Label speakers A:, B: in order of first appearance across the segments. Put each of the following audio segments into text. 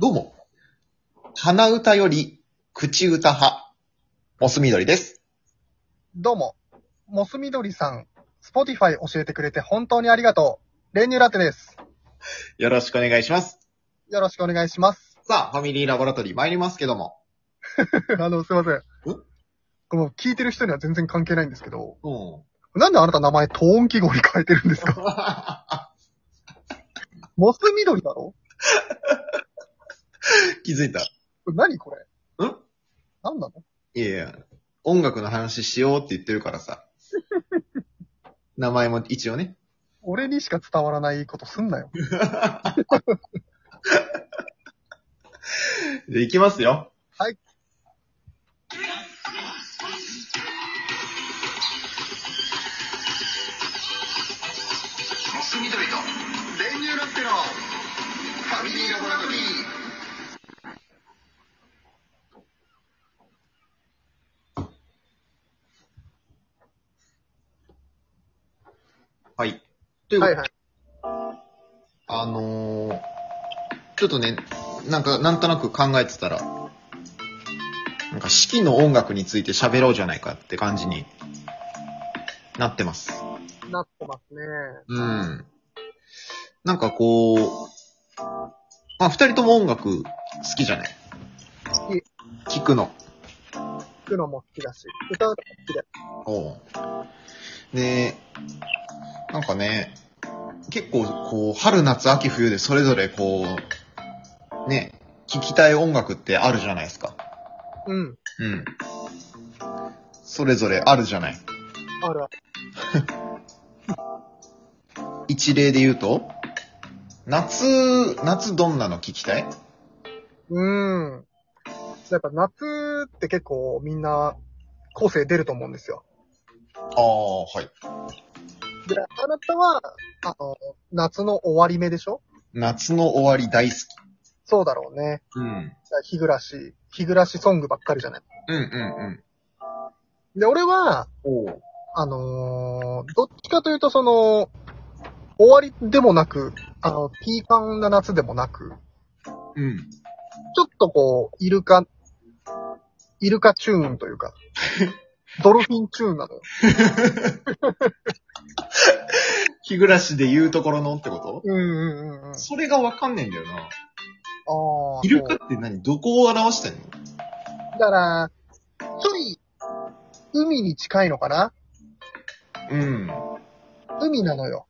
A: どうも。鼻歌より口歌派、モス緑です。
B: どうも、モスみどりさん、Spotify 教えてくれて本当にありがとう。練乳ラテです。
A: よろしくお願いします。
B: よろしくお願いします。
A: さあ、ファミリーラボラトリー参りますけども。
B: あの、すいません。この聞いてる人には全然関係ないんですけど、
A: うん。
B: なんであなた名前トーン記号に変えてるんですか モスみどりだろ
A: 気づいた。
B: 何これ
A: ん
B: 何なの
A: いやいや、音楽の話しようって言ってるから さ。名前も一応ね。
B: 俺にしか伝わらないことすんなよ。
A: で、いきますよ。
B: はい。
A: モス緑と練乳ラッテのファミリーラボラトリー。はい。ということ
B: は
A: で
B: いはい。
A: あのー、ちょっとね、なんか、なんとなく考えてたら、なんか四季の音楽について喋ろうじゃないかって感じになってます。
B: なってますね。
A: うん。なんかこう、まあ二人とも音楽好きじゃない
B: 好き。
A: 聞くの。
B: 聞くのも好きだし、歌うのも好きだし。
A: おうで、なんかね、結構こう、春夏秋冬でそれぞれこう、ね、聞きたい音楽ってあるじゃないですか。
B: うん。
A: うん。それぞれあるじゃない。
B: あるある。
A: 一例で言うと、夏、夏どんなの聞きたい
B: うん。やっぱ夏って結構みんな個性出ると思うんですよ。
A: ああ、はい。
B: で、あなたは、あの、夏の終わり目でしょ
A: 夏の終わり大好き。
B: そうだろうね。
A: うん。
B: 日暮らし、日暮らしソングばっかりじゃない。
A: うんうん
B: で、俺は、
A: うん。おう。
B: あのーどっちかというとその、終わりでもなく、あの、ピーカンな夏でもなく、
A: うん。
B: ちょっとこう、イルカ、イルカチューンとい うか、ドルフィンチューンなのよ。
A: 日暮らしで言うところのってこと
B: うんうんうんうん。
A: それがわかんねえんだよな。
B: ああ。
A: イルカって何どこを表してんの
B: だから、ちょい、海に近いのかな
A: うん。
B: 海なのよ。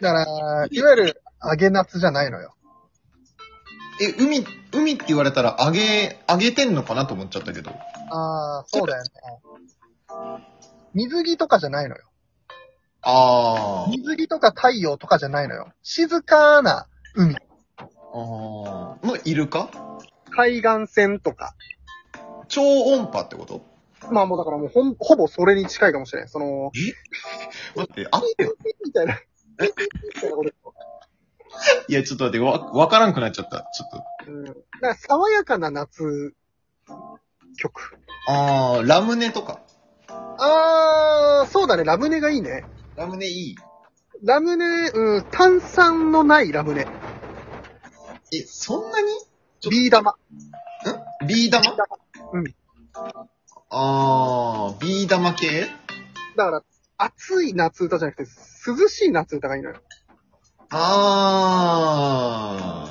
B: だから、いわゆる、揚げ夏じゃないのよ。
A: え、海、海って言われたら、あげ、あげてんのかなと思っちゃったけど。
B: ああ、そうだよね。水着とかじゃないのよ。
A: あー。
B: 水着とか太陽とかじゃないのよ。静かな海。
A: あー。のイルカ
B: 海岸線とか。
A: 超音波ってこと
B: まあもうだからもうほんほぼそれに近いかもしれない。その、
A: 待って、あってよ。
B: みたいな。みたいなこと
A: いや、ちょっと待って、わ、わからんくなっちゃった。ちょっと。
B: うん。だから爽やかな夏曲。
A: あー、ラムネとか。
B: あー、そうだね、ラムネがいいね。
A: ラムネいい。
B: ラムネ、うん、炭酸のないラムネ。
A: え、そんなにちょ
B: ビー玉。
A: んビー玉
B: うん。
A: あー、ビー玉系
B: だから、暑い夏歌じゃなくて、涼しい夏歌がいいのよ。
A: あ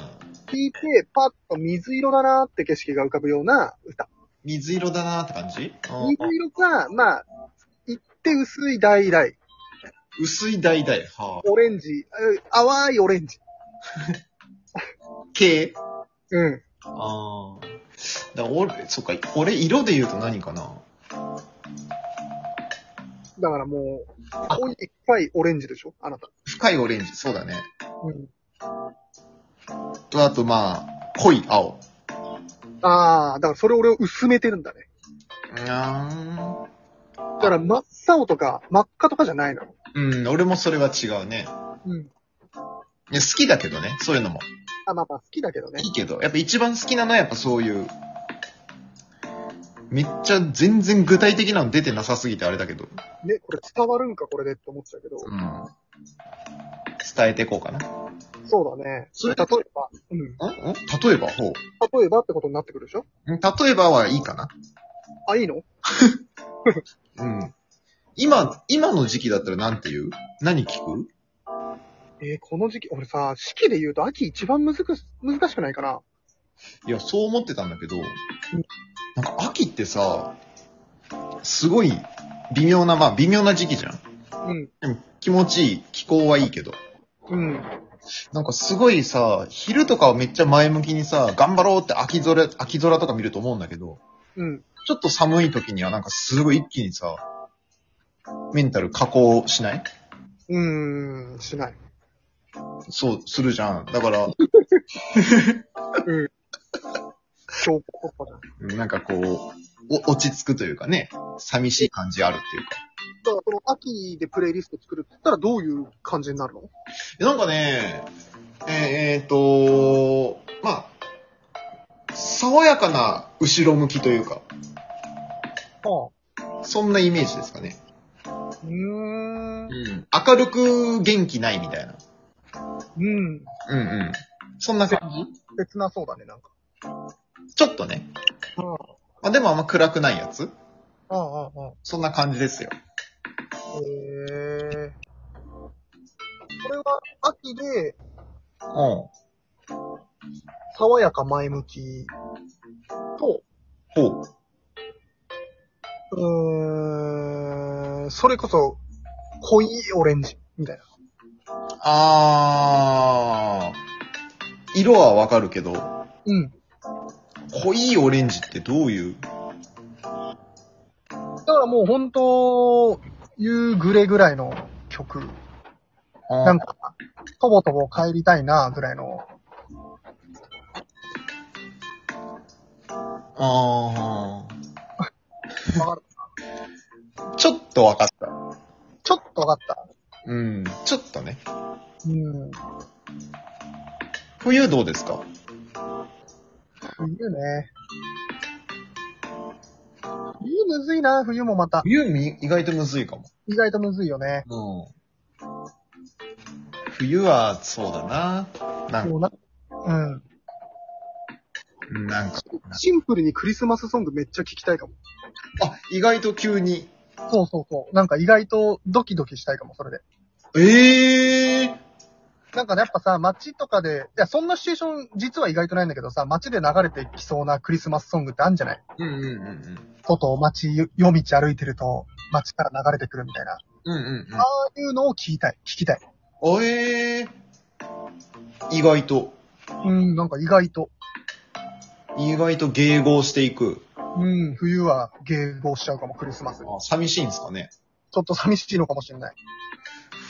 A: ー、
B: 聞いて、パッと水色だなーって景色が浮かぶような歌。
A: 水色だなーって感じあー
B: 水色か、まあ、言って薄い橙、
A: 薄い橙。は
B: オレンジ、え淡いオレンジ。
A: ー。系
B: うん。
A: ああ。だから俺、そっか、俺、色で言うと何かな
B: だからもう、青い深いオレンジでしょあなた。
A: 深いオレンジ、そうだね。
B: うん。
A: と、あと、まあ、濃い青。
B: あー、だからそれ俺を薄めてるんだね。
A: あ
B: だから真っ青とか真っ赤とかじゃないのよ。
A: ーうん、俺もそれは違うね。
B: うん。
A: いや、好きだけどね、そういうのも。
B: あ、まあまあ好きだけどね
A: い。いけど、やっぱ一番好きなのはやっぱそういう、めっちゃ全然具体的なの出てなさすぎてあれだけど、
B: ね、これ伝わるんかこれでって思ってたけど。
A: うん。伝えていこうかな。
B: そうだね。
A: それ
B: 例えば、うん。
A: んん例えば、ほう。
B: 例えばってことになってくるでしょ
A: ん例えばはいいかな。
B: あ、いいの
A: うん。今、今の時期だったらなんて言う何聞く
B: えーこの時期、俺さ、四季で言うと秋一番むずく、難しくないかない
A: や、そう思ってたんだけど、なんか秋ってさ、すごい微妙な、まあ微妙な時期じゃん。
B: うん。
A: 気持ちいい、気候はいいけど。
B: うん。
A: なんかすごいさ、昼とかはめっちゃ前向きにさ、頑張ろうって秋空、秋空とか見ると思うんだけど、
B: うん。
A: ちょっと寒い時にはなんかすごい一気にさ、メンタル加工しないう
B: ーん、しない。
A: そう、するじゃん。だから、
B: 強行突破じゃん。だか
A: なんかこう、お落ち着くというかね、寂しい感じあるっていうか。
B: ら、この秋でプレイリスト作るって言ったらどういう感じになるの
A: でなんかね、えー、えーと、まあ、爽やかな後ろ向きというか、
B: あ
A: そんなイメージですかね。
B: あ。うー
A: う
B: ん。
A: ん。明るく元気ないみたいな。
B: うん。
A: うんうん。そんな感じ
B: 切なそうだね、なんか。
A: ちょっとね。
B: ああ、
A: まあ、でもあんま暗くないやつ
B: ああ、ああ。
A: そんな感じですよ。
B: へえ。これは秋で
A: う
B: 爽やか前向きと、
A: ん。ほう。
B: うーん、それこそ濃いオレンジみたいな。
A: あー。色はわかるけど、
B: うん。
A: 濃いオレンジってどういう
B: だからもう本当、夕暮れぐらいの曲。
A: あー
B: なんか、とぼとぼ帰りたいなぐらいの。
A: あ
B: わかる
A: ー。ちょっとわかった。
B: ちょっとわかった。
A: うん。ちょっとね。
B: うん。
A: 冬どうですか
B: 冬ね。冬むずいな、冬もまた。
A: 冬み意外とむずいかも。
B: 意外とむずいよね。
A: うん。冬は、そうだな。なん
B: もうな、うん。
A: なんか、
B: シンプルにクリスマスソングめっちゃ聞きたいかも。
A: あ、意外と急に。
B: そうそうそう。なんか意外とドキドキしたいかも、それで。
A: ええ
B: なんかねやっぱさ、街とかで、いや、そんなシチュエーション実は意外とないんだけどさ、街で流れてきそうなクリスマスソングってあるんじゃない
A: うんうんうん
B: 外を街、夜道歩いてると、街から流れてくるみたいな。あ
A: うん。うんうん
B: あいうのを聞きたい。聞きたい。
A: うん。あええ意外と、
B: うん、なんか意外と。
A: 意外と迎合していく。
B: うん、冬は迎合しちゃうかも、クリスマスに。
A: あ寂しいんですかね。
B: ちょっと寂しいのかもしれない。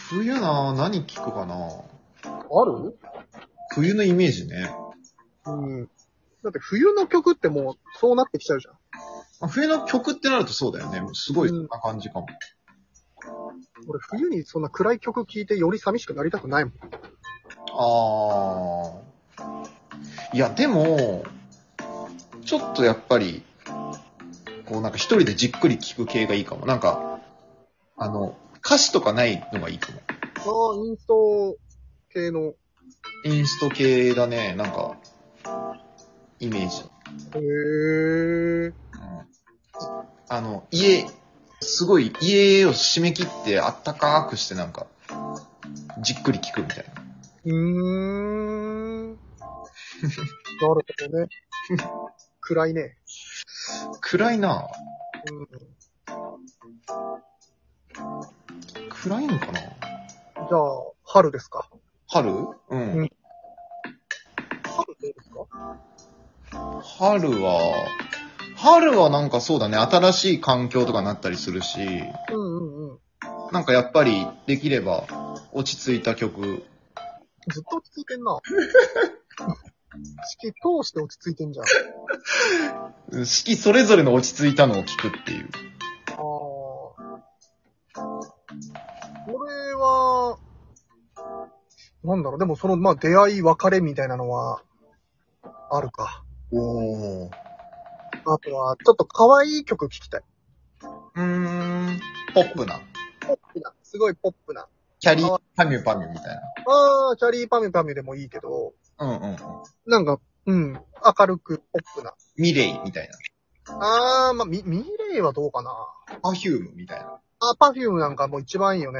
A: 冬なぁ、何聞くかなぁ。
B: ある
A: 冬のイメージね。
B: うん。だって冬の曲ってもう、そうなってきちゃうじゃん。
A: まあ冬の曲ってなるとそうだよね。すごい、
B: う
A: そ
B: ん
A: んな感じかも。
B: 俺、冬にそんな暗い曲聴いてより寂しくなりたくないもん。
A: ああ。いや、でも、ちょっとやっぱり、こうなんか一人でじっくり聞く系がいいかも。なんか、あの、歌詞とかないのがいいかも。
B: ああ、インスト系の、
A: インスト系だね、なんか、イメージ。
B: へえ。
A: うんあの、家、すごい家を締め切ってあったかくしてなんか、じっくり聞くみたいな。
B: うーん。なるほどね。 暗いね。
A: 暗いなぁ
B: うん。
A: 暗いのかな
B: じゃあ、春ですか。
A: 春う
B: うんん。春ですか
A: 春は、春はなんかそうだね、新しい環境とかになったりするし、
B: うんうんうん。
A: なんかやっぱりできれば落ち着いた曲。
B: ずっと落ち着いてんな。 四季通して落ち着いてんじゃん。
A: うん四季それぞれの落ち着いたのを聴くっていう。
B: ああ。これは、なんだろう、でもその、まあ、出会い、別れみたいなのは、あるか。
A: おー。
B: あとは、ちょっと可愛い曲聴きたい。
A: うーん、ポップな。
B: ポップな。すごいポップな。
A: キャリー、パミュパミュみたいな。
B: あー、チャリーパミュパミュでもいいけど、
A: うんうんうん。
B: なんか、うん、明るく、ポップな。
A: ミレイみたい
B: あー、まあ、ミ、ミレイはどうかな。
A: な。パフュームみたいな。
B: あー、パフュームなんかもう一番いいよね。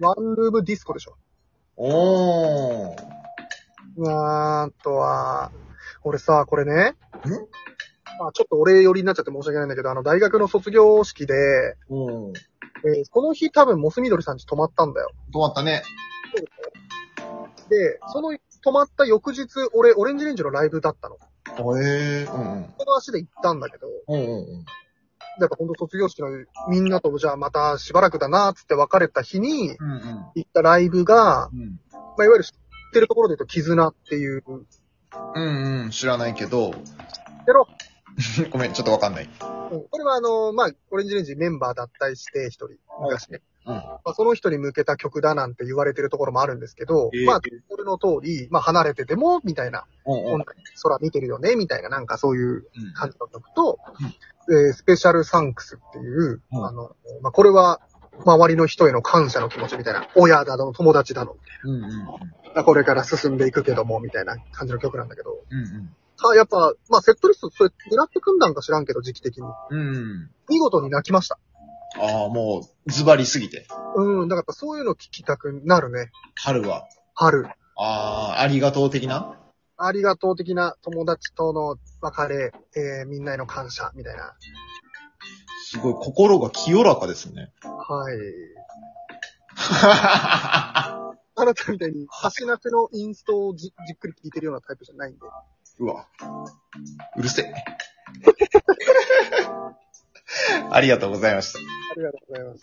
B: ワンルームディスコでしょ。
A: おー。
B: うわーあとは、俺さ、これね。
A: ん
B: まあ、ちょっと俺寄りになっちゃって申し訳ないんだけど、あの、大学の卒業式で、
A: おー。
B: えーこの日多分モスミドリさんち泊まったんだよ。
A: 止まったね。
B: で、その泊まった翌日、俺、オレンジレンジのライブだったの。こ
A: へえー。うんうん。
B: の足で行ったんだけど、
A: うんうんうん。
B: やっぱほんと卒業式のみんなと、じゃあまたしばらくだなーっつって別れた日に
A: うん
B: 行ったライブが、
A: うん。うん。
B: まあ、いわゆる知ってるところで言うと、絆っていう、
A: うんうん。知らないけど。
B: けど、
A: ごめん、ちょっとわかんない。
B: うんこれはあの、まあ、オレンジレンジメンバー脱退して一人、昔ね。
A: うん
B: まあ、その人に向けた曲だなんて言われてるところもあるんですけど、
A: ええ
B: まあ、それの通り、まあ、離れてても、みたいな、
A: うんうん。
B: 空見てるよね、みたいな、なんかそういう感じの曲と、えースペシャルサンクスっていう、
A: うん
B: あの、まあ、これは、周りの人への感謝の気持ちみたいな、親だの、友達だの、
A: うんうんうん。
B: まあこれから進んでいくけども、みたいな感じの曲なんだけど、
A: うん
B: あやっぱ、まあ、セットリスト、それ狙って組んだんか知らんけど、時期的に。
A: うん。うん。
B: 見事に泣きました。
A: ああ、もう、ズバリすぎて。
B: うん、だからやっぱそういうの聞きたくなるね。
A: 春は。
B: 春。
A: ああ、ありがとう的な
B: ありがとう的な友達との別れ、えー、みんなへの感謝、みたいな。
A: すごい、心が清らかですね。
B: はい。あなたみたいに、橋なしのインストをじじっくり聞いてるようなタイプじゃないんで。
A: うわ。うるせえ。 ありがとうございました。
B: ありがとうございます。